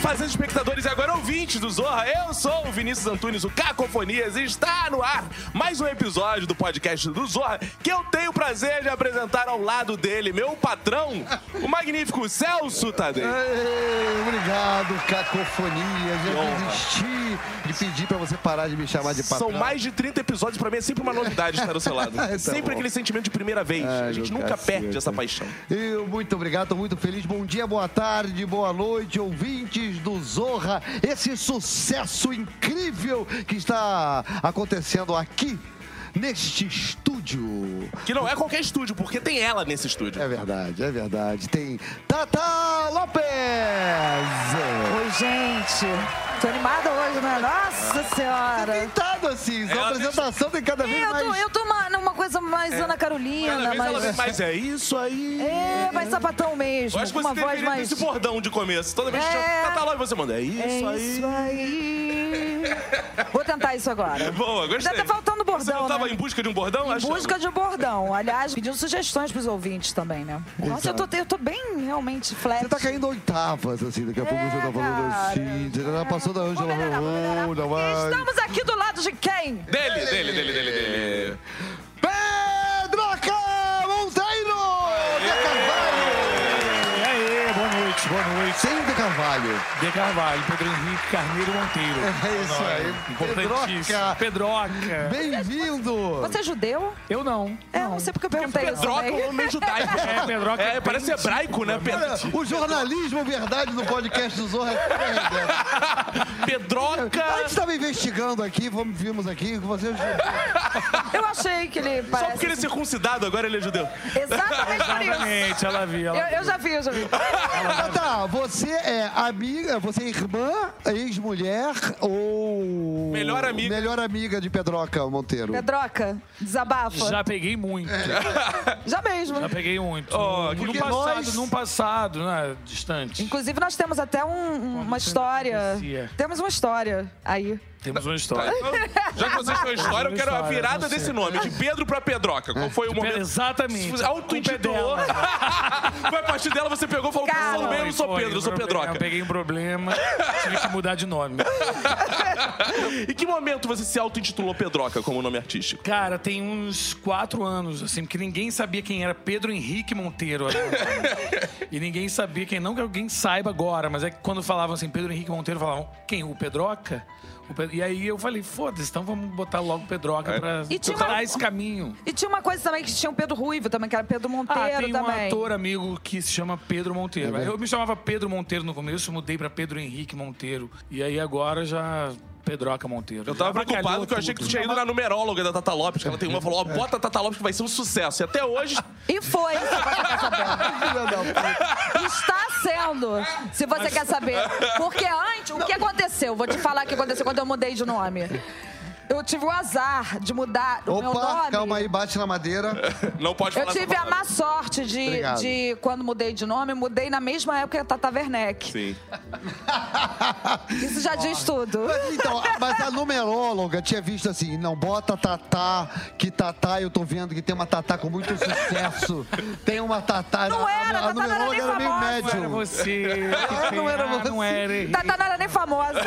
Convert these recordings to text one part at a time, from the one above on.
Fazendas espectadores e agora ouvintes do Zorra, eu sou o Vinícius Antunes, o Cacofonias, e está no ar mais um episódio do podcast do Zorra que eu tenho o prazer de apresentar ao lado dele, meu patrão, o magnífico Celso Tadei. Aê, obrigado, cacofonia. Já desisti de pedir pra você parar de me chamar de patrão. São mais de 30 episódios, pra mim é sempre uma novidade estar ao seu lado. Tá sempre bom. aquele sentimento de primeira vez. Ai, a gente meu nunca cacete. perde essa paixão. Eu muito obrigado, tô muito feliz. Bom dia, boa tarde, boa noite, ouvintes do Zorra. Esse sucesso incrível que está acontecendo aqui neste estúdio. Que não é qualquer estúdio, porque tem ela nesse estúdio. É verdade, é verdade. Tem Tata Lopez. Oi, gente. Tô animada hoje, né? Nossa senhora. Pintado assim, sua Ela- apresentação tem cada vez Eu mais... tô, eu tô uma, numa coisa mais Ana Carolina, Cada vez ela vem, mais... mas é isso aí. É, mais sapatão mesmo. Eu acho que com você uma voz deveria ter mais... esse bordão de começo. Toda vez que É. chama catalog, você manda. É isso, É aí. isso aí. Vou tentar isso agora. É Boa, gostei. Ainda tá faltando bordão, Você não tava né? em busca de um bordão? Em busca de um bordão. Aliás, pedindo sugestões pros ouvintes também, né? Nossa, eu tô, eu tô bem realmente flat. Você tá caindo oitavas, assim, daqui a pouco você tá falando É, cara. assim. Você já passou da Vou Ângela melhorar, vou melhorar, Rolanda, porque vai. Estamos aqui do lado de quem? Dele, dele, dele, dele, dele. Pedroca Monteiro! De Carvalho! E É aí, boa noite, boa noite. Sem o De Carvalho. De Carvalho, Pedro Henrique Carneiro Monteiro. É isso aí. Importantíssimo. Pedroca. Bem-vindo! Você é judeu? Eu não. É, não sei porque eu perguntei isso. né? Pedroca, também. o meio judaico. É, Pedroca. É, parece bem- hebraico, né? Olha, Ped- o jornalismo verdade do podcast do Zorra. é- A gente Pedroca. estava investigando aqui, vamos- vimos aqui, que você Eu achei que ele parece. Só porque ele é circuncidado, agora ele é judeu. Exatamente por isso. Exatamente, ela viu. Eu, Ela... eu já vi, eu já vi. Ah, tá. Você é amiga, você é irmã, ex-mulher ou. Melhor amiga. Melhor amiga de Pedroca Monteiro. Pedroca, desabafa. Já, Já peguei muito. mesmo. Já peguei muito. Ó, É. que num que passado, nós- num passado, né? Distante. Inclusive, nós temos até um- um- uma história. acontecia. Temos uma história aí. Temos uma história. Então, já que vocês têm uma história, eu quero a História, virada não sei. desse nome, de Pedro pra Pedroca. Qual foi o Pera, momento? é Exatamente. Auto-intitulou. Com o Pedro. Foi a partir dela, você pegou e falou: Cara. não, eu não sou Foi, Pedro, eu sou problema, Pedroca. Peguei um problema, tive que mudar de nome. E que momento você se auto-intitulou Pedroca como nome artístico? Cara, tem uns quatro anos, assim, porque ninguém sabia quem era Pedro Henrique Monteiro. né? e ninguém sabia quem, não que alguém saiba agora, mas é que quando falavam assim, Pedro Henrique Monteiro, falavam, quem? O Pedroca? O Pe- E aí eu falei, foda-se, então vamos botar logo Pedroca É. pra E tinha dar uma- esse caminho. E tinha uma coisa também que tinha o Pedro Ruivo também, que era Pedro Monteiro Ah, tem um também. ator amigo que se chama Pedro Monteiro. É eu me chamava Pedro Monteiro no começo, mudei pra Pedro Henrique Monteiro. E aí agora já Pedroca Monteiro. Eu tava preocupado que eu achei que tu tinha ido na numeróloga da Tata Lopes, que ela tem uma e falou: ó, É. bota a Tata Lopes que vai ser um sucesso. E até hoje, E foi, se você quer saber. Filha da puta. Está sendo, se você quer saber. Porque antes, o que aconteceu? Vou te falar o que aconteceu quando eu mudei de nome. Eu tive o azar de mudar o meu Opa, nome. calma aí, bate na madeira. não pode Eu falar tive Tata a má sorte de, Obrigado. de quando mudei de nome, mudei na mesma época que a Tata Werneck. Sim. Isso já diz tudo. Mas, então, a- mas a numeróloga tinha visto assim, não, bota Tatá, que Tatá, eu tô vendo que tem uma Tatá com muito sucesso. Tem uma Tatá. Não a- a, era, a Tatá não era numeróloga nem era meio famosa. Não era médium. você. Ah, não era Ah, Não você. era. Henrique. Tata não era nem famosa.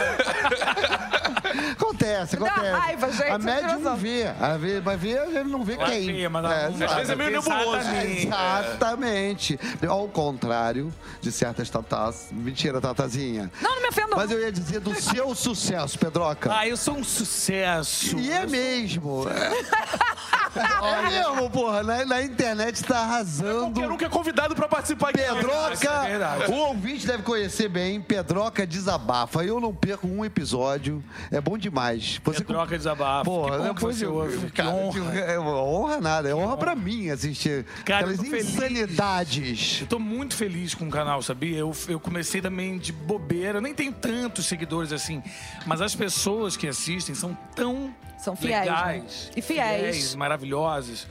Acontece, Dá acontece. raiva, gente, A não tem médium razão. vê, a vê, vai ver, ele não vê Ela quem. É, vê, mas ela não- Às sabe. vezes é meio nebuloso. um Exatamente. Exatamente. Ao contrário de certas tatás. Mentira, tatazinha. Não, não me ofendo. Mas eu ia dizer do seu sucesso, Pedroca. Ah, eu sou um sucesso. E é mesmo. É mesmo, porra. Na, na internet tá arrasando. Qualquer um que é convidado pra participar aqui. Pedroca, é verdade. o ouvinte deve conhecer bem, Pedroca desabafa. Eu não perco um episódio, é bom demais. Você Pedroca desabafa. Porra, Que bom que depois você eu- ouve, que cara, honra. É uma honra nada, é honra pra mim assistir Cara, eu aquelas tô feliz. insanidades. Eu tô muito feliz com o canal, sabia? Eu, eu comecei também de bobeira, eu nem tenho tantos seguidores assim, mas as pessoas que assistem são tão São fiéis, legais, né? E fiéis. maravilhosas.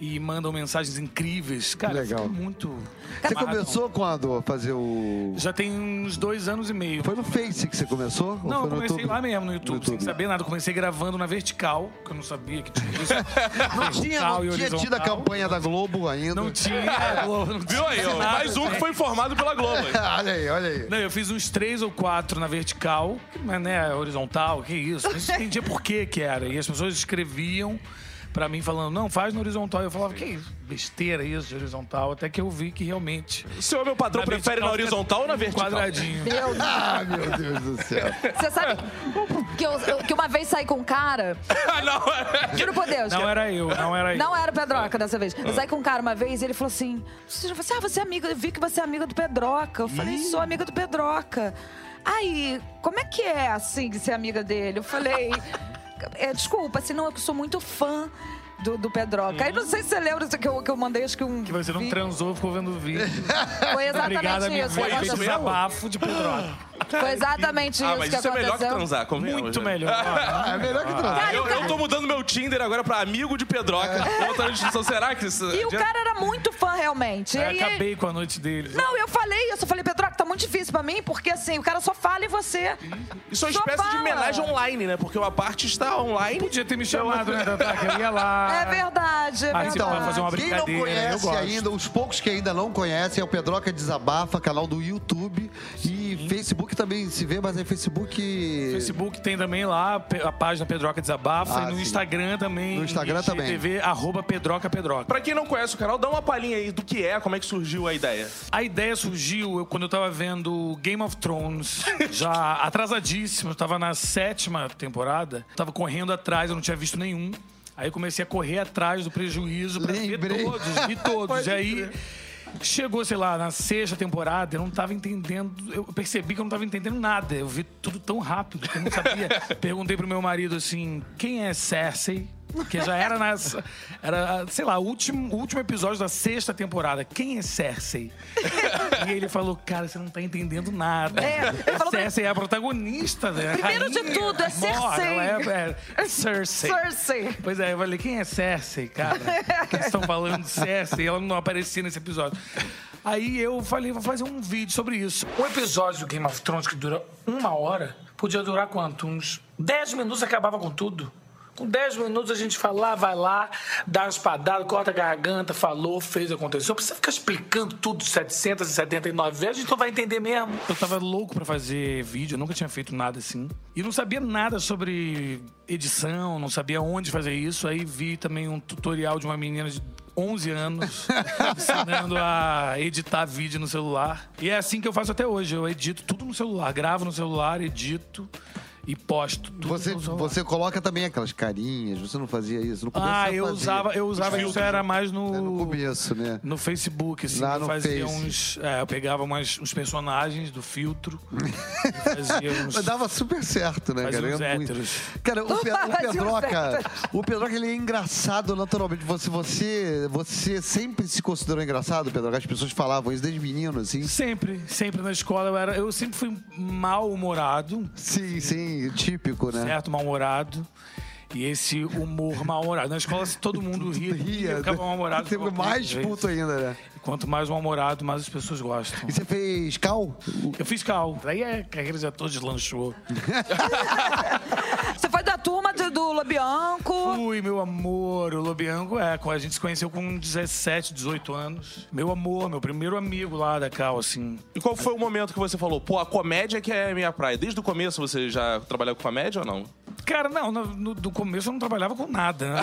e mandam mensagens incríveis. Cara, Legal. eu fico muito. Você amarradão. começou quando a fazer o. Já tem uns dois anos e meio. Foi no Face que você começou? Ou Não, foi eu no comecei YouTube? lá mesmo, no YouTube, sem saber nada. Eu Comecei gravando na vertical, que eu não sabia que tinha isso. Não tinha, Vertical e não tinha tido a horizontal. campanha da Globo ainda. Não tinha, Globo, não Viu aí, ó, tinha nada. mais um que foi informado pela Globo. aí. olha aí, olha aí. Não, eu fiz uns três ou quatro na vertical, mas né, horizontal, que isso. Eu não entendia por que que era. E as pessoas escreviam pra mim falando, não, faz no horizontal. Eu falava, que isso, besteira isso de horizontal. Até que eu vi que realmente... O senhor, meu patrão, na Então prefere vertical na horizontal ou na fica vertical? é um Quadradinho. Meu Deus. Ah, meu Deus do céu. Você sabe que, eu- eu- que uma vez saí com um cara. Ah, não. Juro por Deus. Não era eu, não era eu. Não é era o Pedroca dessa vez. Eu saí com um cara uma vez e ele falou assim: você já falou assim, ah, você é amiga, eu vi que você é amiga do Pedroca. Eu falei, sou amiga do Pedroca. Aí, como é que é assim de ser amiga dele? Eu falei, "É, desculpa, assim, não, eu sou muito fã. Do, do Pedroca. Aí não sei se você lembra que eu, que eu mandei, acho que um. Que você não vi- transou, ficou vendo o vídeo. Foi exatamente Obrigada, minha isso. que mãe. Fez aconteceu. desabafo de pedroca. Foi exatamente Ah, isso mas que isso é melhor que aconteceu. transar, convenhamos. Muito né? Ah, melhor. É melhor que transar. Cara, e o Eu, eu tô mudando meu Tinder agora pra amigo de Pedroca. Eu vou estar na descrição. Será que isso... E o cara era muito fã, É, realmente. Eu E aí- acabei com a noite deles. Não, eu falei isso. Eu falei, Pedroca, tá muito difícil pra mim, porque assim, o cara só fala e você. Isso é uma Só espécie de fala. homenagem online, né? Porque uma parte está online. Podia ter me chamado, né, Tatá? Que eu ia lá. É verdade, é Ah, verdade. então, vai fazer uma Quem não brincadeira, eu conhece gosto. ainda, os poucos que ainda não conhecem, é o Pedroca Desabafa, canal do YouTube. E Facebook também se vê, mas é Facebook. Facebook tem também lá pe- a página Pedroca Desabafa Ah, e no sim. Instagram também. No Instagram também. TV, arroba Pedroca Pedroca. Pra quem não conhece o canal, dá uma palhinha aí do que é, como é que surgiu a ideia. A ideia surgiu eu, quando eu tava vendo Game of Thrones, já atrasadíssimo, eu tava na sétima temporada, tava correndo atrás, eu não tinha visto nenhum. Aí eu comecei a correr atrás do prejuízo pra Lembrei. ver todos, vi todos. e aí chegou, sei lá, na sexta temporada, eu não tava entendendo, eu percebi que eu não tava entendendo nada. Eu vi tudo tão rápido que eu não sabia. Perguntei pro meu marido assim: "Quem é Cersei?" Que já era na era, sei lá, o último, o último episódio da sexta temporada. Quem é Cersei? e ele falou: "Cara, você não tá entendendo nada. É, ele falou pra- Cersei é a protagonista, né? Primeiro de Rainha, tudo, é mor, Cersei. Ela é, é Cersei. Cersei. Pois é, eu falei, quem é Cersei, cara? Porque eles estão falando de Cersei, ela não aparecia nesse episódio. Aí eu falei, vou fazer um vídeo sobre isso. Um episódio do Game of Thrones que dura uma hora podia durar quanto? Uns 10 minutos acabava com tudo. Com 10 minutos a gente fala, vai lá, dá uma espadada, corta a garganta, falou, fez, aconteceu. Não precisa ficar explicando tudo 779 vezes, a gente não então vai entender mesmo. Eu tava louco pra fazer vídeo, eu nunca tinha feito nada assim. E não sabia nada sobre edição, não sabia onde fazer isso. Aí vi também um tutorial de uma menina de 11 anos ensinando a editar vídeo no celular. E é assim que eu faço até hoje. Eu edito tudo no celular, gravo no celular, edito e posto tudo Você, no celular. você coloca também aquelas carinhas, você não fazia isso? No começo Ah, você eu fazia. usava, eu usava isso era mais no É, no começo, né? no Facebook, assim, Lá eu no fazia Face. uns, é, eu pegava umas, uns personagens do filtro, e fazia uns Mas dava super certo, né, Fazia cara? uns Era muito- héteros. Cara, o, Pe- o Fazia uns Pedroca. héteros. O Pedroca ele é engraçado naturalmente. Você, você, você sempre se considerou engraçado, Pedroca? As pessoas falavam isso desde menino, assim. sempre, sempre na escola eu era, eu sempre fui mal humorado, Sim, sim, típico, né? certo, mal humorado. E esse humor mal-humorado. Na escola, se todo mundo ria, eu ficava um mal-humorado. né? Sempre por algumas mais vezes. puto ainda, né? E Quanto mais mal-humorado, mais as pessoas gostam. E você fez cal? Eu fiz cal. é, Daí a carreira de ator deslanchou. Você foi da turma de- do Lobianco. Fui, meu amor. O Lobianco é, com- a gente se conheceu com 17, 18 anos. Meu amor, meu primeiro amigo lá da Cal, assim. E qual foi o momento que você falou, pô, a comédia que é a minha praia? Desde o começo você já trabalhou com comédia ou não? Cara, não, no, no- do começo eu não trabalhava com nada, né?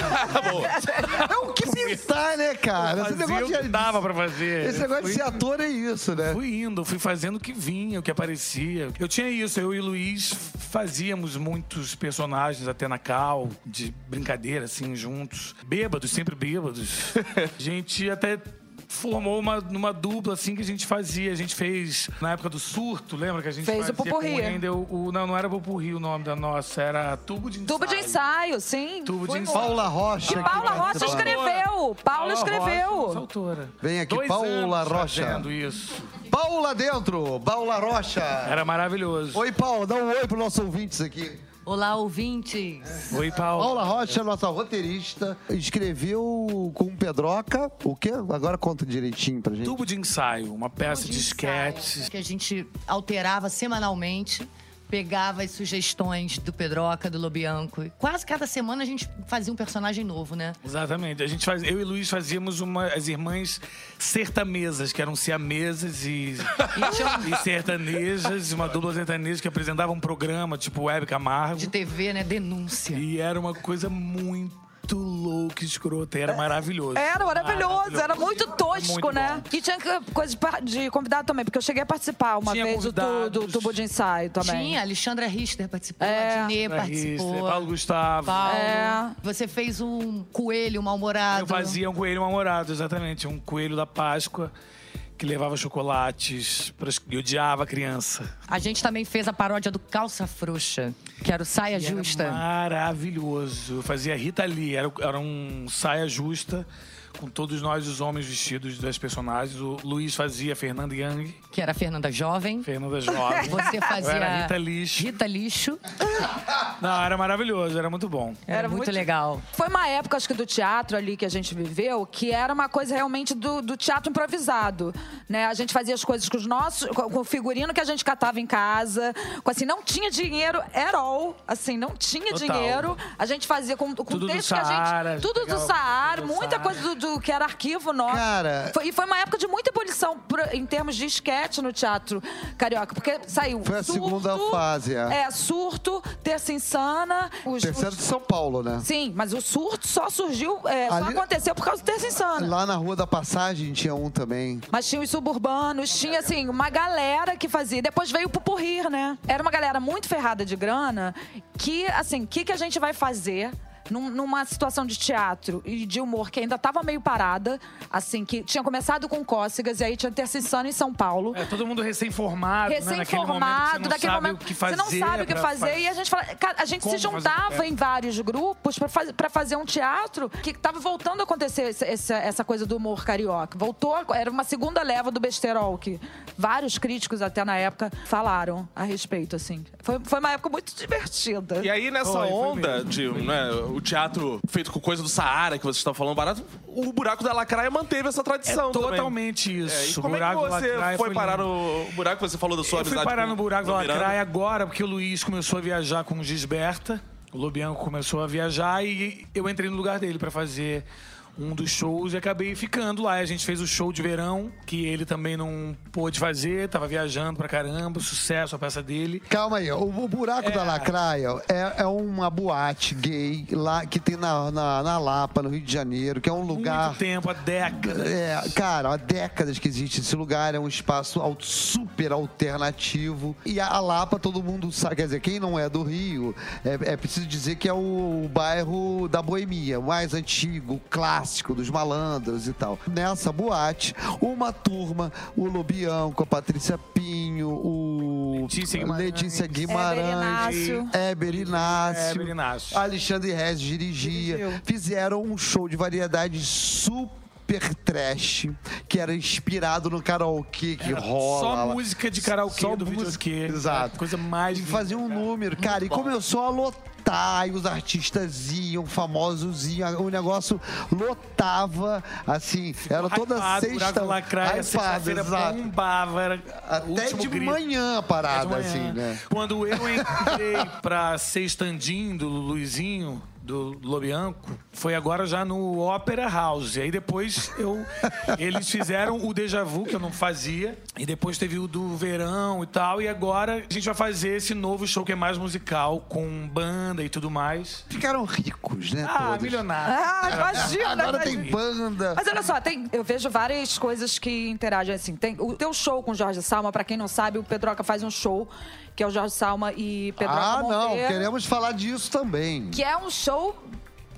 É o que pintar, né, cara? Esse Fazia negócio, o que de, dava pra fazer. esse negócio Fui- de ser ator é isso, né? Fui indo, fui fazendo o que vinha, o que aparecia. Eu tinha isso, eu e o Luiz fazíamos muitos personagens até na Cal, de brincadeira, assim, juntos. Bêbados, sempre bêbados. A gente até formou uma, uma dupla, assim, que a gente fazia. A gente fez, na época do surto, lembra que a gente Fez o fazia Popurrí. com o Wendel, o- Não, não era Popurri o nome da nossa, era Tubo de Ensaio. Tubo de ensaio, sim. Tubo de Fui ensaio. Paula Rocha. Que aqui Paula participando. Rocha escreveu. Paula Rocha, nossa escreveu. autora. Vem aqui, Dois Paula anos Rocha. fazendo isso. Paula dentro, Paula Rocha. Era maravilhoso. Oi, Paulo, dá um oi pros nossos ouvintes aqui. Olá, ouvintes. Oi, Paulo. Paula Rocha, nossa roteirista, escreveu com Pedroca o quê? Agora conta direitinho pra gente. Tubo de ensaio, uma peça É, de esquetes. É, Que a gente alterava semanalmente. Pegava as sugestões do Pedroca, do Lobianco. E Quase cada semana a gente fazia um personagem novo, né? Exatamente. A gente faz, eu e Luiz fazíamos uma, as irmãs sertamesas, que eram siamesas e, e sertanejas, uma dupla sertaneja que apresentava um programa tipo Web Camargo. De TV, né? Denúncia. E era uma coisa muito louca, escrota. e Era maravilhoso. Era maravilhoso, era muito tosco, Muito né? bom. E tinha que- coisa de, par- de convidado também, porque eu cheguei a participar uma Tinha vez do, tu- do convidados. tubo de ensaio também. Tinha, Alexandra Richter participou, Tá É. a Dinê Era isso, participou. Paulo Gustavo. Paulo. É. Você fez um coelho mal-humorado. Eu fazia um coelho namorado, exatamente. Um coelho da Páscoa que levava chocolates pras- e odiava a criança. A gente também fez a paródia do Calça Frouxa, que era o Saia E era Justa. Maravilhoso. Eu fazia Rita Lee, era, era um saia justa, com todos nós, os homens vestidos das personagens. O Luiz fazia Fernanda Young, Que era a Fernanda Jovem. Fernanda Jovem. Você fazia. Eu era Rita Lixo. Rita Lixo. Não, era maravilhoso, era muito bom. Era, muito, legal. Foi uma época, acho que, do teatro ali que a gente viveu, que era uma coisa realmente do, do teatro improvisado, né? A gente fazia as coisas com os nossos, com com o figurino que a gente catava em casa, com assim, não tinha dinheiro at all, assim, não tinha Total. dinheiro. A gente fazia com, com Tudo do texto que a Saara, gente... Tudo do pegava Saara, tudo do muita Saara. coisa do, do que era arquivo nosso. Cara- Foi- e foi uma época de muita ebulição pra- em termos de esquete no teatro carioca, porque saiu Foi a surto, segunda fase, é. é. surto, terça insana, os- Terceiro os de São Paulo, né? Sim, mas o surto só surgiu, é, só Ali- aconteceu por causa do Terça Insana. Lá na Rua da Passagem tinha um também. Mas tinha os suburbanos, tinha assim, uma galera que fazia. Depois veio o Pupurrir, né? Era uma galera muito ferrada de grana que, assim, o que, que a gente vai fazer? num- Numa situação de teatro e de humor que ainda tava meio parada, assim, que tinha começado com cócegas, e aí tinha Terça Insana em São Paulo. É, todo mundo recém-formado, né? Naquele recém-formado, momento, que você daquele não momento sabe o que fazer. Você não sabe o que pra fazer. E a gente fala, cara, a gente Como se fazer o juntava teatro? em vários grupos pra, faz- pra fazer um teatro que tava voltando a acontecer esse- essa, essa coisa do humor carioca. Voltou, a- era uma segunda leva do besterol, que vários críticos até na época falaram a respeito, assim. Foi, foi uma época muito divertida. E aí, nessa Foi, foi onda mesmo, de né, o teatro feito com coisa do Saara, que vocês estão falando barato, o buraco da lacraia manteve essa É tradição. também. totalmente É, isso. e como é que Buraco do você Lacraia foi, parar lindo. no buraco? Você falou da sua Eu fui amizade parar com no buraco o da Miranda. Lacraia agora, porque o Luiz começou a viajar com o Gisberta. O Lobianco começou a viajar e eu entrei no lugar dele pra fazer um dos shows e acabei ficando lá. A gente fez o show de verão, que ele também não pôde fazer, tava viajando pra caramba, sucesso a peça dele. Calma aí, o, o buraco da Lacraia é, é uma boate gay lá que tem na, na, na Lapa, no Rio de Janeiro, que é um lugar. Muito tempo, há décadas. É, cara, há décadas que existe esse lugar, é um espaço al- super alternativo. E a, a Lapa, todo mundo sabe, quer dizer, quem não é do Rio, é, é preciso dizer que é o, o bairro da boemia, o mais antigo, clássico, dos malandros e tal. Nessa boate, uma turma, o Lobianco, a Patrícia Pinho, o Letícia Letícia Guimarães. Éber Guimarães, Inácio. Éber Inácio, Éber Inácio. Alexandre Reis dirigia. Dirigiu. Fizeram um show de variedade super trash, que era inspirado no karaokê que rola. Só lá. música de karaokê Só do música- videokê. Exato. Coisa mais E linda, fazia um número, cara, e começou a lotar, e os artistas iam, famosos iam, o negócio lotava, assim, era toda Hypado, sexta. Buraco da Lacraia, hypado, sexta-feira exato. bombava. Era o Até último de grito. manhã a Até de parada, manhã. assim, né? Quando eu entrei pra ser stand-in do Luizinho, do Lobianco, foi agora já no Opera House. Aí depois eu, eles fizeram o Deja Vu, que eu não fazia. E depois teve o do Verão e tal. E agora a gente vai fazer esse novo show que é mais musical, com banda e tudo mais. Ficaram ricos, né? Ah, todos. milionário. Ah, imagina! Agora imagina. tem banda. Mas olha só, tem- eu vejo várias coisas que interagem assim. Tem o teu show com o Jorge Salma, pra quem não sabe, o Pedroca faz um show que é o Jorge Salma e Pedroca Ah, não, Monteiro, queremos falar disso também. que é um show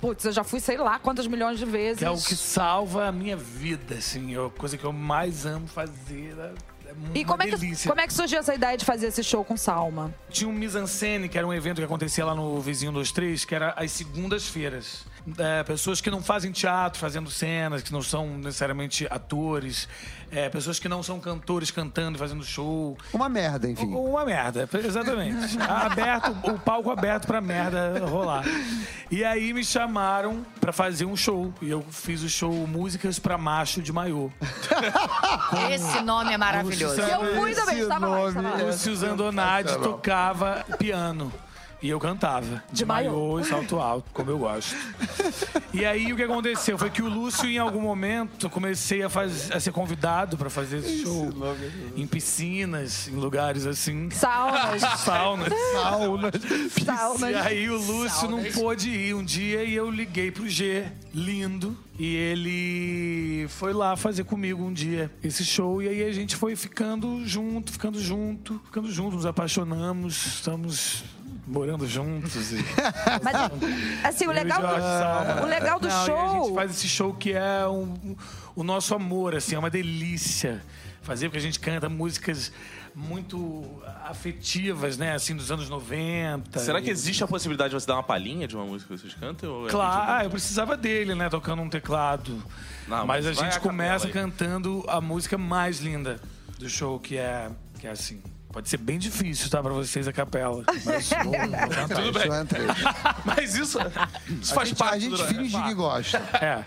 Putz, eu já fui sei lá quantas milhões de vezes. Que é o que salva a minha vida, assim. É a coisa que eu mais amo fazer. É é uma E como é, que, delícia. como é que surgiu essa ideia de fazer esse show com Salma? Tinha um mise-en-scène, que era um evento que acontecia lá no Vizinho 23, que era às segundas-feiras. é, pessoas que não fazem teatro fazendo cenas, que não são necessariamente atores, é, pessoas que não são cantores cantando, fazendo show. Uma merda, enfim. Uma merda, exatamente. aberto, o palco aberto pra merda rolar. E aí me chamaram pra fazer um show. E eu fiz o show Músicas pra Macho de Maiô. Esse nome é maravilhoso. Lúcio Eu fui também, Esse estava lá, estava nome lá. Lúcio Zandonati tocava piano. E eu cantava. De maiô e salto alto, como eu gosto. E aí o que aconteceu foi que o Lúcio, em algum momento, eu comecei a, faz- a ser convidado pra fazer esse show em piscinas, em lugares assim. é- Saunas. Saunas. E Saunas. aí o Lúcio não pôde ir um dia e eu liguei pro G, lindo, e ele foi lá fazer comigo um dia esse show e aí a gente foi ficando junto, ficando junto, ficando junto, nos apaixonamos, estamos morando juntos. E... Mas, assim, o é legal do, o legal do Não, e A gente show... faz esse show que é um, um- o nosso amor, assim, é uma delícia fazer, porque a gente canta músicas muito afetivas, né, assim, dos anos 90. Será que E- existe a possibilidade de você dar uma palhinha de uma música que vocês cantam? Ou é Claro, ah, muito- eu precisava dele, né? Tocando um teclado. Não, mas, mas a vai gente a capela começa aí. cantando a música mais linda do show, que é, que é assim. Pode ser bem difícil, tá? Pra vocês a capela. Mas, Tá Tudo bem. Isso é um trecho. Mas isso, isso A faz gente, parte a gente do... finge que gosta. é.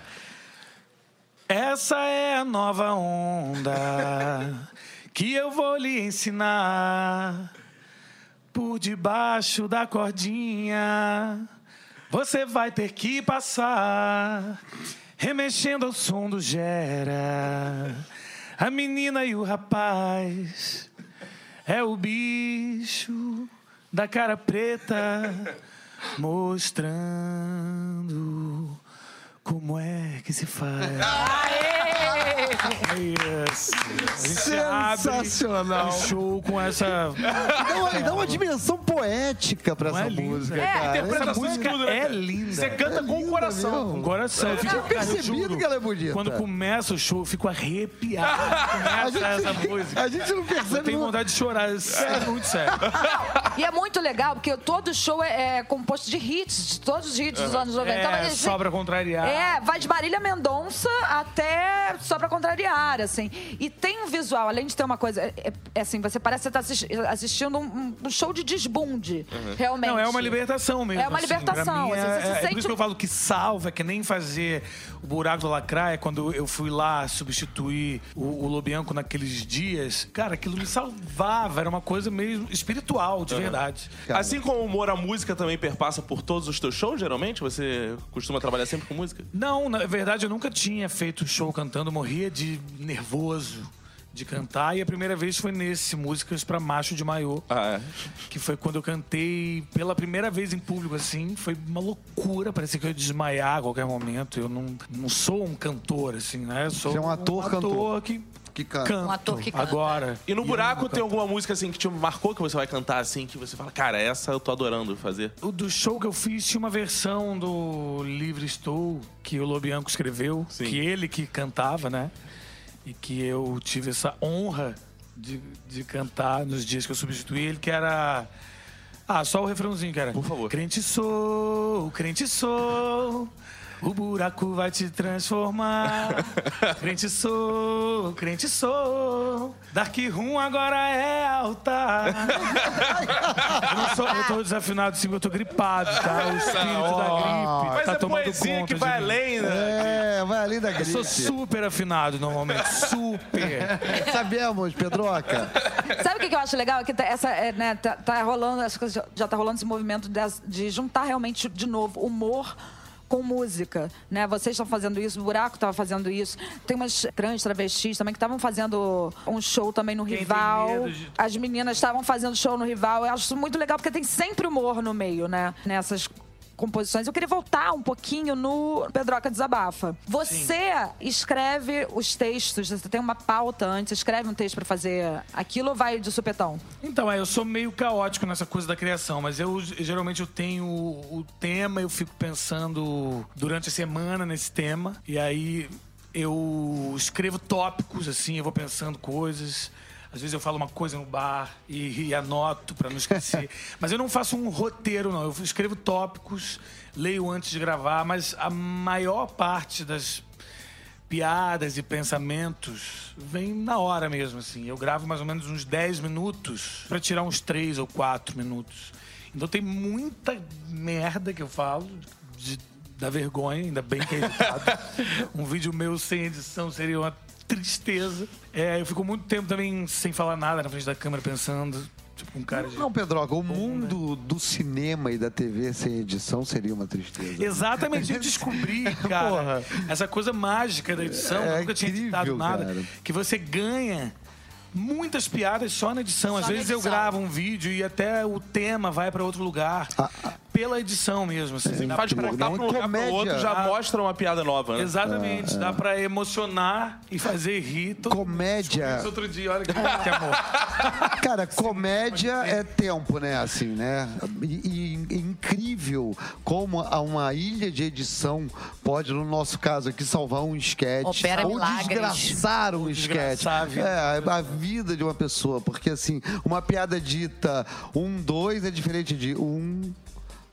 Essa é a nova onda que eu vou lhe ensinar. Por debaixo da cordinha, você vai ter que passar, remexendo ao som do gera. A menina e o rapaz é o bicho da cara preta, mostrando como é que se faz. É isso. A gente abre Sensacional. o show com essa Dá uma, dá uma dimensão poética pra Não essa é lindo? música, É, cara. interpretação Essa música de tudo, né, é cara? linda. Você canta com o É linda coração. mesmo. Coração, eu fico, Eu tinha cara, eu percebido juro, que ela é bonita. Quando começa o show, eu fico arrepiado. A Começa essa gente, a música. gente não Eu percebe. tenho não- vontade de chorar, isso é muito sério. E é muito legal, porque todo show é, é composto de hits, de todos os hits dos anos 90. Então, É, assim, só pra contrariar. É, vai de Marília Mendonça até só pra contrariar, assim. E tem um visual, além de ter uma coisa. É, é- é assim, você parece que você tá assisti- assistindo um, um show de desbunde, realmente. Não, é uma libertação mesmo. É uma assim, pra libertação, mim é, assim, você se é- é sente por isso que eu falo que salva, é que nem fazer o buraco do lacraia, é quando eu fui lá substituir o, o Lobianco naqueles dias, cara, aquilo me salvava. Era uma coisa meio espiritual, de verdade. Cara. Assim como o humor, a música também perpassa por todos os teus shows, geralmente? Você costuma trabalhar sempre com música? Não, na verdade eu nunca tinha feito show cantando, eu morria de nervoso de cantar e a primeira vez foi nesse Músicas pra Macho de Maiô, Ah, é. que foi quando eu cantei pela primeira vez em público assim, foi uma loucura, parecia que eu ia desmaiar a qualquer momento. Eu não, não sou um cantor assim, né? Eu sou Você é um ator cantor. que Que canta. canto Um ator que canta. agora. E no buraco tem alguma música assim que te marcou que você vai cantar assim, que você fala, cara, essa eu tô adorando fazer. O do show que eu fiz tinha uma versão do Livre Estou, que o Lobianco escreveu, Sim. que ele que cantava, né? E que eu tive essa honra de, de cantar nos dias que eu substituí ele, que era. Ah, só o refrãozinho que era. Por favor. Crente sou, crente sou. O buraco vai te transformar. Crente sou, crente sou. Dark Room agora é altar. Eu, não sou- eu tô desafinado, sim, eu tô gripado, tá? O espírito da gripe Mas tá é tomando poesia conta que de vai mim. além, né? É, vai ali da Eu sou gripe. super afinado normalmente, super. Sabemos, Pedroca. Sabe o que que eu acho legal? É que tá- essa, é, né, tá, tá rolando, acho que já- já tá rolando esse movimento das- de juntar realmente de novo humor com música, né? Vocês estão fazendo isso, o Buraco tava fazendo isso. Tem umas trans travestis também que estavam fazendo um show também no tem Rival. medo de- As meninas estavam fazendo show no Rival. Eu acho isso muito legal porque tem sempre humor no meio, né? Nessas composições. Eu queria voltar um pouquinho no Pedroca Desabafa. Você escreve os textos, você tem uma pauta antes, escreve um texto pra fazer aquilo ou vai de supetão? Então, é, eu sou meio caótico nessa coisa da criação, mas eu g- geralmente eu tenho o o tema, eu fico pensando durante a semana nesse tema, e aí eu escrevo tópicos, assim, eu vou pensando coisas. Às vezes eu falo uma coisa no bar e, e anoto pra não esquecer. mas eu não faço um roteiro, não. Eu escrevo tópicos, leio antes de gravar, mas a maior parte das piadas e pensamentos vem na hora mesmo, assim. Eu gravo mais ou menos uns 10 minutos pra tirar uns 3 ou 4 minutos. Então tem muita merda que eu falo de- da vergonha, ainda bem que é editado. um vídeo meu sem edição seria uma tristeza. É, eu fico muito tempo também sem falar nada na frente da câmera, pensando, tipo, com cara de... Não, Pedroca, o mundo do cinema e da TV sem edição seria uma tristeza. Exatamente, eu descobri, cara, Porra. essa coisa mágica da edição, É eu nunca tinha incrível, editado nada, cara. que você ganha muitas piadas só na edição. Às Só na vezes eu edição. gravo um vídeo e até o tema vai pra outro lugar, pela edição mesmo. assim. Dá Faz pra Pô, tá É. não, pra um lugar pro comédia. Ah. outro, já mostra uma piada nova, né? Exatamente, dá pra emocionar e fazer rir. Todo mundo Comédia. descobriu isso outro dia, olha que, que amor. Cara, comédia é tempo, né? Assim, né? E, e incrível como a- uma ilha de edição pode, no nosso caso aqui, salvar um sketch. Opera ou milagres. desgraçar um sketch. É, desgraçar a vida. a, a vida de uma pessoa. Porque, assim, uma piada dita um, dois é diferente de um.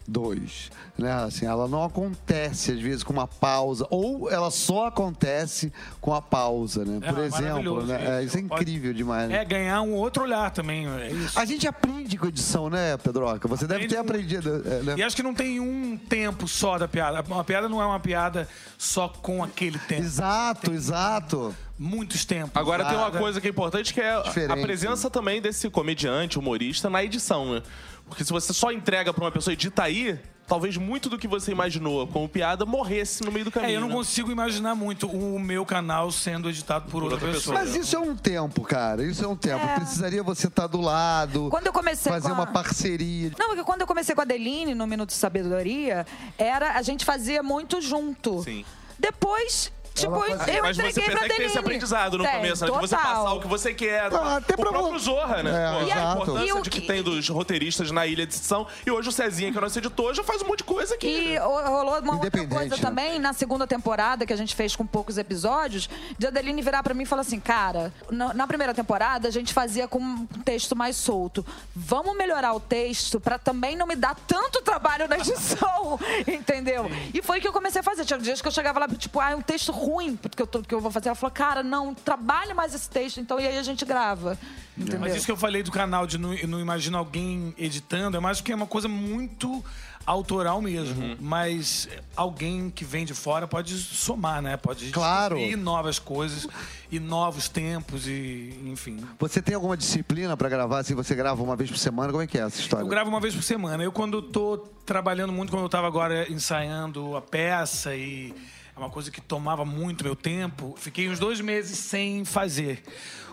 Dois, né? Assim, ela não acontece às vezes com uma pausa, ou ela só acontece com a pausa, né? É, Por exemplo, maravilhoso né? É, isso. isso é Pode- incrível demais. né? É ganhar um outro olhar também, é isso. A gente aprende com edição, né, Pedroca? Você deve ter Aprende aprendido. é, né? E acho que não tem um tempo só da piada. Uma piada não é uma piada só com aquele tempo. Exato, exato. Muitos tempos. Agora tem uma Nada. coisa que é importante que é a Diferente. presença também desse comediante, humorista na edição, né? Porque se você só entrega pra uma pessoa edita aí, talvez muito do que você imaginou como piada morresse no meio do caminho. É, eu não né? consigo imaginar muito o meu canal sendo editado por, outra, outra pessoa. Mas isso é um tempo, cara. Isso é um tempo. Precisaria você estar do lado, Quando eu comecei fazer com a- uma parceria. Não, porque quando eu comecei com a Adeline no Minuto de Sabedoria, era, a gente fazia muito junto. Sim. Depois, tipo, Ela fazia. eu Ah, Mas você entreguei percebe pra que tem Adeline. esse aprendizado no Tem, começo, né? De você total. passar o que você quer. né? Ah, até o pra próprio vo- Zorra, né? É, Pô, a exato. importância E o de que que- tem dos roteiristas na ilha de edição. E hoje o Cezinha, que é nosso editor, já faz um monte de coisa aqui. E o- rolou uma outra Independente, coisa né? também, na segunda temporada, que a gente fez com poucos episódios, de Adeline virar pra mim e falar assim, cara, na, na primeira temporada a gente fazia com um texto mais solto. Vamos melhorar o texto pra também não me dar tanto trabalho na edição, entendeu? E foi o que eu comecei a fazer. Tinha dias que eu chegava lá, tipo, ah, é um texto ruim porque eu tô- que eu vou fazer. Ela falou, cara, não, trabalhe mais esse texto, então, e aí a gente grava, entendeu? Mas isso que eu falei do canal de não, não imagino alguém editando, é mais porque é uma coisa muito autoral mesmo. Mas alguém que vem de fora pode somar, né? Pode Claro. descobrir novas coisas e novos tempos e enfim. Você tem alguma disciplina pra gravar? Assim, você grava uma vez por semana? Como é que é essa história? Eu gravo uma vez por semana. Eu, quando tô trabalhando muito, quando eu tava agora ensaiando a peça e é uma coisa que tomava muito meu tempo, fiquei uns dois meses sem fazer.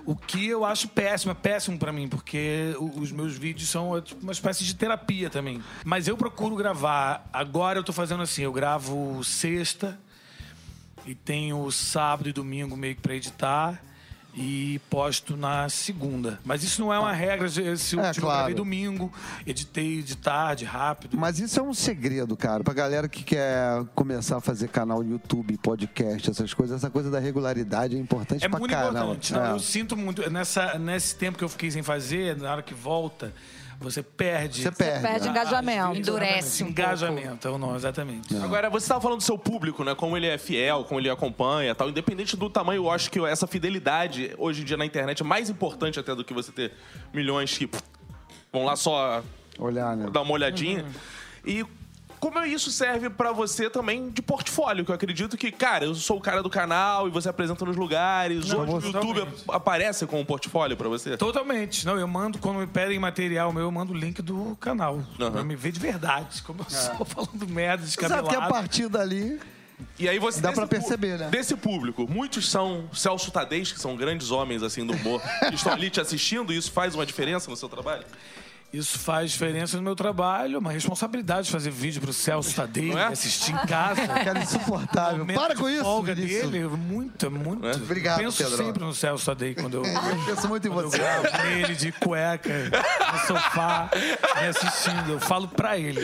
O que eu acho péssimo, é péssimo pra mim, porque o- os meus vídeos são é, tipo, uma espécie de terapia também. Mas eu procuro gravar. Agora eu tô fazendo assim, eu gravo sexta, e tenho sábado e domingo meio que pra editar. E posto na segunda. Mas isso não é uma regra. Esse último eu claro. gravei domingo, editei de tarde, rápido. Mas isso é um segredo, cara, pra galera que quer começar a fazer canal no YouTube, podcast, essas coisas. Essa coisa da regularidade é importante é pra muito caramba. importante. Não, É. Eu sinto muito. Nessa, nesse tempo que eu fiquei sem fazer, na hora que volta, você perde. Ah, Você perde. Perde né? engajamento. Endurece um pouco. Engajamento, é o nome, exatamente. Agora, você estava falando do seu público, né? Como ele é fiel, como ele acompanha tal. Independente do tamanho, eu acho que essa fidelidade, hoje em dia na internet, é mais importante até do que você ter milhões que pff, vão lá só Olhar, né? dar uma olhadinha. E como é isso serve pra você também de portfólio? Que eu acredito que, cara, eu sou o cara do canal e você apresenta nos lugares. hoje o YouTube totalmente. ap- aparece com um portfólio pra você? Totalmente. Não, eu mando, quando me pedem material meu, eu mando o link do canal. Pra me ver de verdade. Como eu É. sou falando merda, Sabe descabelado. que a partir dali. E aí você Dá desse pra pu- perceber, né? Desse público, muitos são Celso Tadez, que são grandes homens assim do humor, que estão ali te assistindo, e isso faz uma diferença no seu trabalho? Isso faz diferença no meu trabalho, é uma responsabilidade fazer vídeo pro Celso Tadei, Não é? assistir em casa. Cara, insuportável. Momento Para de com isso, folga Vinícius. dele, muito, muito. É? Obrigado, Penso Pedro. sempre no Celso Tadei quando eu, Eu penso muito em quando eu você. gravo nele de cueca, no sofá, me assistindo. Eu falo pra ele.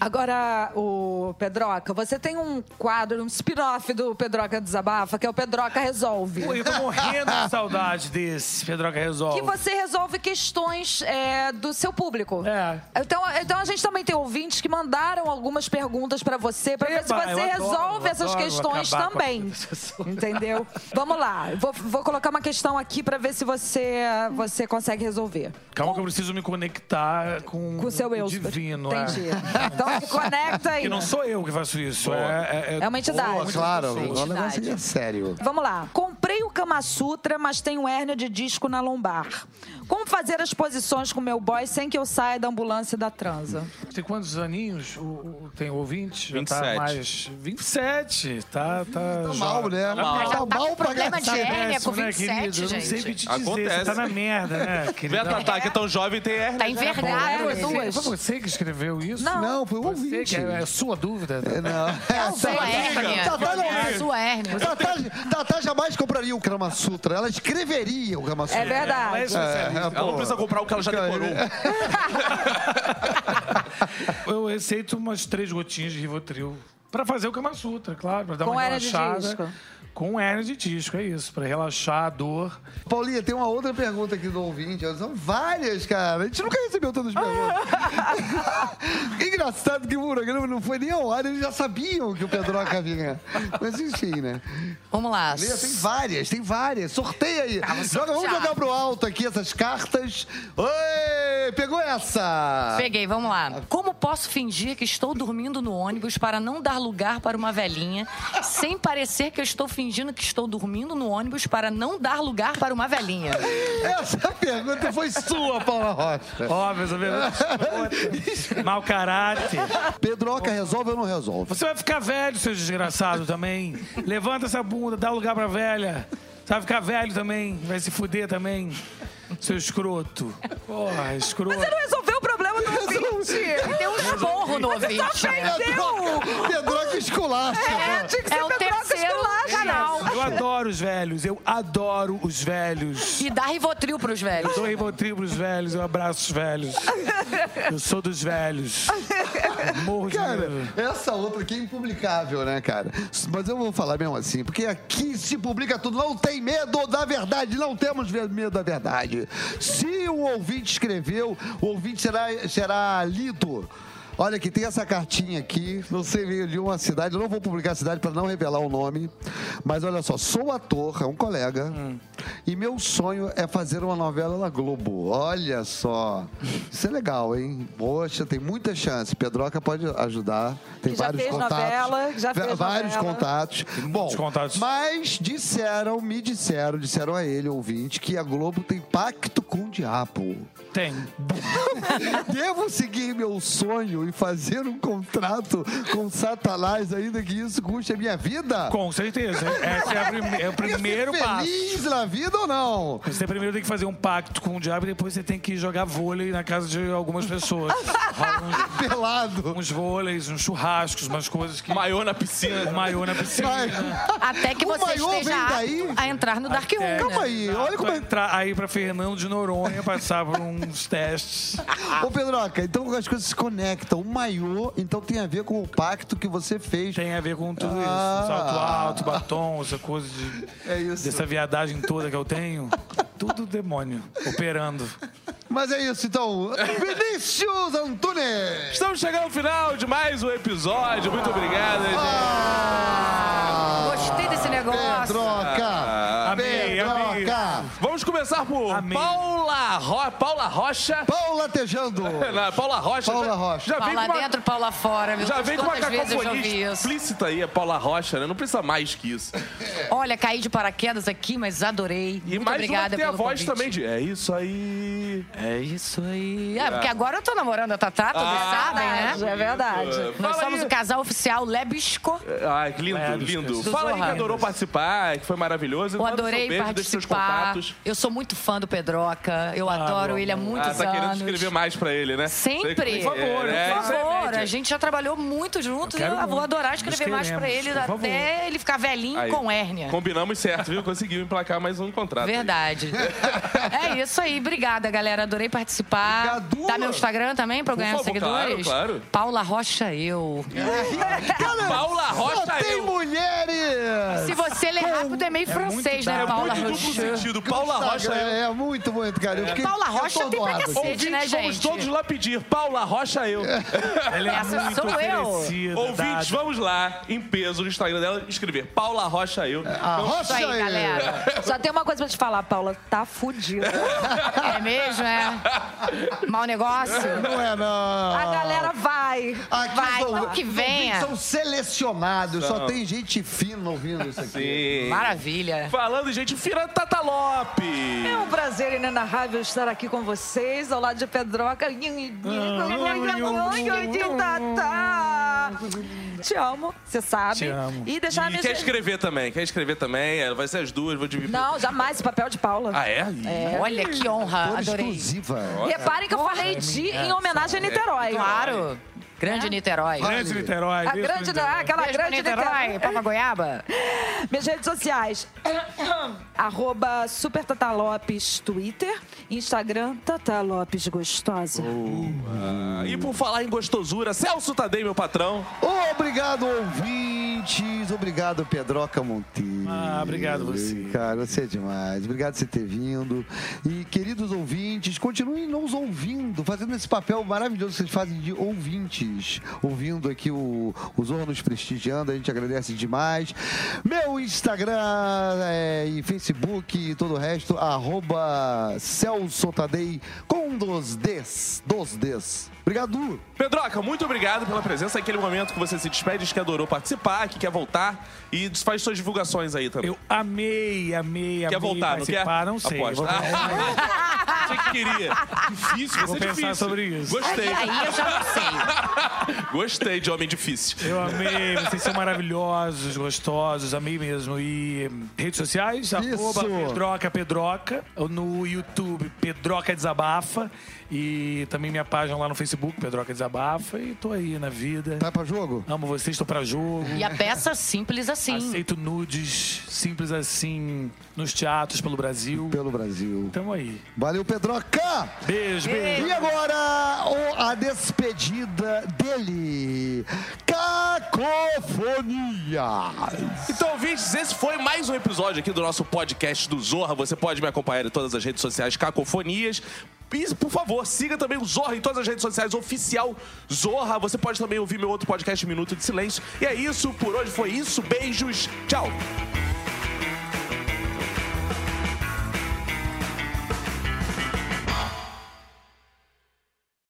Agora, o Pedroca, você tem um quadro, um spin-off do Pedroca Desabafa, que é o Pedroca Resolve. Pô, eu tô morrendo de saudade desse Pedroca Resolve. Que você resolve questões é, do seu público. É. Então, então a gente também tem ouvintes que mandaram algumas perguntas pra você, pra ver se Eba, você eu adoro, resolve eu essas adoro questões acabar com a também. vida das pessoas. Entendeu? Vamos lá. Vou, vou colocar uma questão aqui pra ver se você, você consegue resolver. Calma que eu preciso me conectar com, Com o seu eu. o divino. é. Entendi. Então se conecta aí. Porque não sou eu que faço isso. É, É uma entidade. Pô, claro, agora o Identidade. negócio é sério. Vamos lá. Comprei o Kama Sutra, mas tenho hérnia de disco na lombar. Como fazer as posições com meu boy sem que eu saia da ambulância e da transa? Tem quantos aninhos? O, o- tem ouvinte? Já 27. Tá mais 27. Tá, tá, Tá jo- mal, né? Mas já Tá tá com mal pra problema de É gastar. hérnia com né, 27, querido? Eu não sei o que gente. te dizer. Acontece. Você tá na merda, né, Vê a querida? Tatá, que é tão jovem e tem hérnia. Tá Era envergado. É, duas. gente. Foi você que escreveu isso? né? Não. Não, foi um Você ouvinte. que é, é sua dúvida? É, Não, É sua hérnia. Tatá não É sua hérnia. Tatá, Tatá jamais compraria o Kama Sutra. Ela é escreveria o Kama Sutra. É verdade. Ela é especialista. É, Ela não pô. precisa comprar o que ela já decorou. tá. Eu receito umas três gotinhas de Rivotril. Pra fazer o Kama Sutra, claro. Pra dar Com uma hérnia de relaxada. disco. Com hérnia de disco, é isso. Pra relaxar a dor. Paulinha, tem uma outra pergunta aqui do ouvinte. São várias, cara. A gente nunca recebeu todas as perguntas. Engraçado que o programa não foi nem ao ar, eles já sabiam que o Pedroca vinha. Mas enfim, né? Vamos lá. Lê, Tem várias, tem várias. Sorteia aí. Joga, vamos sortear. jogar pro alto aqui essas cartas. Oi! Pegou essa! Peguei, vamos lá. Como posso fingir que estou dormindo no ônibus para não dar lugar para uma velhinha, sem parecer que eu estou fingindo que estou dormindo no ônibus para não dar lugar para uma velhinha? Essa pergunta foi sua, Paula Rocha. Ó, meus amigos. Mau caráter. Pedroca resolve ou não resolve? Você vai ficar velho, seu desgraçado, também. Levanta essa bunda, dá lugar pra velha. Você vai ficar velho também, vai se fuder também. Seu escroto. Porra, escroto. é Você não resolveu o problema do ouvinte. Deu um esporro no ouvinte. É né? Pedroca, Pedroca É esculacha. É, tinha que ser É o Pedroca terceiro escolar, canal. Eu adoro os velhos, eu adoro os velhos. E dá rivotril pros velhos. Dou Rivotril pros velhos, eu abraço os velhos. Eu sou dos velhos. Morro de Cara, medo. essa outra aqui é impublicável, né, cara? Mas eu vou falar mesmo assim, porque aqui se publica tudo. Não tem medo da verdade, não temos ver- medo da verdade. Se o ouvinte escreveu, o ouvinte será, será lido. Olha aqui, tem essa cartinha aqui, não sei veio de uma cidade, eu não vou publicar a cidade para não revelar o nome, mas olha só, sou ator, é um colega, e meu sonho é fazer uma novela na Globo. Olha só, isso é legal, hein? Poxa, tem muita chance, Pedroca pode ajudar, tem Que já vários fez contatos. novela, já Va- fez vários novela. contatos. Bom, muitos contatos. mas disseram, me disseram, disseram a ele, ouvinte, que a Globo tem pacto com o diabo. Tem. Devo seguir meu sonho e fazer um contrato com Satanás, ainda que isso custe a minha vida? Com certeza. Esse é, a prime- é Ia o ser primeiro passo. feliz na vida ou não? Você primeiro tem que fazer um pacto com o diabo e depois você tem que jogar vôlei na casa de algumas pessoas. Rola Pelado. uns, uns vôleis, uns churrascos, umas coisas que. Maior na piscina. Um maiô na piscina. Mas, Até que O você maiô esteja vem apto daí? a entrar no Dark Room. É, né? calma aí, olha como é. entrar aí pra Fernando de Noronha passar por uns testes. Ô, Pedroca, então as coisas se conectam. O maiô, então tem a ver com o pacto que você fez. Tem a ver com tudo isso. Ah. Salto alto, batom, essa coisa de. É isso. Dessa viadagem toda que eu tenho. Tudo demônio. Operando. Mas é isso, então. Vinícius Antunes! Estamos chegando ao final de mais um episódio. Muito obrigado, gente. Ah, Gostei desse negócio. Pedroca! Amei, amei. Pedroca! Vamos começar por Amém. Paula, Ro... Paula Rocha. Paula Tejando! Não, Paula Rocha. Paula já, Rocha. Já vem Paula com uma, dentro, Paula fora. Meu já Deus, vem com uma quantas vezes eu já ouvi cacofonia isso. explícita aí, a Paula Rocha, né? Não precisa mais que isso. Olha, caí de paraquedas aqui, mas adorei. E mais Muito uma obrigada que tem a pelo voz convite. também de. É isso aí. É isso aí. É, porque agora eu tô namorando a Tatá, todos sabem, né? É verdade. Nós Ah, Fala somos aí. É, o casal oficial Lebisco. Ai, que lindo, Claro, lindo. esqueci. Fala aí que Sussurrar. adorou participar, que foi maravilhoso. E Eu manda seu adorei beijo, deixa seu seus participar. contatos. Eu sou muito fã do Pedroca. Eu adoro ele há muitos Ah, tá querendo anos. escrever mais pra ele, né? Sempre. Por favor, Por é, isso é favor, média. a gente já trabalhou muito juntos. Eu Eu, quero vou muito. adorar escrever Nós mais pra queremos, ele por favor. até ele ficar velhinho Aí, com hérnia. Combinamos certo, viu? Conseguiu emplacar mais um contrato. Verdade. é isso aí. Obrigada, galera. Adorei participar. Obrigado. Tá meu Instagram também pra eu Por ganhar favor, seguidores? claro, claro. Paula Rocha Eu. Cara, Paula Rocha só tem eu. mulheres! Se você ler rápido, é meio francês, né, É Paula muito duplo Rocha? sentido. Paula Rocha Instagram eu. É, muito, muito, cara. Eu fiquei Paula Rocha tem pra atordoado. cacete. Ouvintes, né, vamos gente? todos lá pedir. Paula Rocha eu. Ela é Essa muito sou eu. oferecida, dada. Ouvintes, vamos lá, em peso, no Instagram dela, escrever Paula Rocha eu. Então, A Vamos- Isso Rocha aí, é- galera. Só tem uma coisa pra te falar, Paula. Tá fudida. É mesmo, é? Mau negócio? Não é, não. A galera vai. Aqui Vai, os então ouvintes- que venha. os ouvintes São selecionados, só tem gente fina ouvindo isso aqui. Sim. Maravilha. Falando, gente, Fira Tata Lopes. É um prazer inenarrável estar aqui com vocês, ao lado de Pedroca. Te amo, você sabe. Te amo. E deixar a E quer mensagem. escrever também, quer escrever também. é, Vai ser as duas, vou dividir. Não, jamais esse papel de Paula. Ah, é? Olha que honra. Cor Adorei. exclusiva. Reparem que eu falei de em homenagem a Niterói. Claro. Grande Niterói. Grande Niterói. A beijo pra grande, é Ah, Niterói. aquela Beijo pra grande Niterói. Niterói. Papa Goiaba. Minhas redes sociais. Arroba Super Tata Lopes Twitter. Instagram Tata Lopes Gostosa. É. Ah, E por falar em gostosura, Celso Tadei, meu patrão. Obrigado, ouvintes. Obrigado, Pedroca Monteiro. Ah, obrigado você. Cara, você é demais. Obrigado por você ter vindo. E, queridos ouvintes, continuem nos ouvindo, fazendo esse papel maravilhoso que vocês fazem de ouvintes. Ouvindo aqui o, o Zorro nos prestigiando, a gente agradece demais. Meu Instagram é, e Facebook e todo o resto, arroba Celso Tadei, com dos Ds. Dos Ds. Obrigado. Pedroca, muito obrigado pela presença. Aquele momento que você se despede, diz que adorou participar, que quer voltar. E faz suas divulgações aí também. Eu amei, amei, amei. Quer voltar, não quer? participar. Não sei. Aposta. Vou- Ah. Achei que queria. Difícil, você Vou é pensar difícil. sobre isso. Gostei. Aí eu já não sei. Gostei de homem difícil. Eu amei, vocês são maravilhosos, gostosos, amei mesmo. E hum, redes sociais, arroba Pedroca Pedroca, no YouTube Pedroca Desabafa e também minha página lá no Facebook Pedroca Desabafa e tô aí na vida. Vai pra jogo? Amo vocês, tô pra jogo. E a peça simples assim. Aceito nudes, simples assim, nos teatros pelo Brasil. Pelo Brasil. Tamo aí. Valeu, Pedroca! Beijo, beijo. E agora, o- a despedida dele. Cacofonia. Então, ouvintes, esse foi mais um episódio aqui do nosso podcast do Zorra. Você pode me acompanhar em todas as redes sociais Cacofonias. E, por favor, siga também o Zorra em todas as redes sociais, oficial Zorra. Você pode também ouvir meu outro podcast, Minuto de Silêncio. E é isso, por hoje foi isso. Beijos, tchau!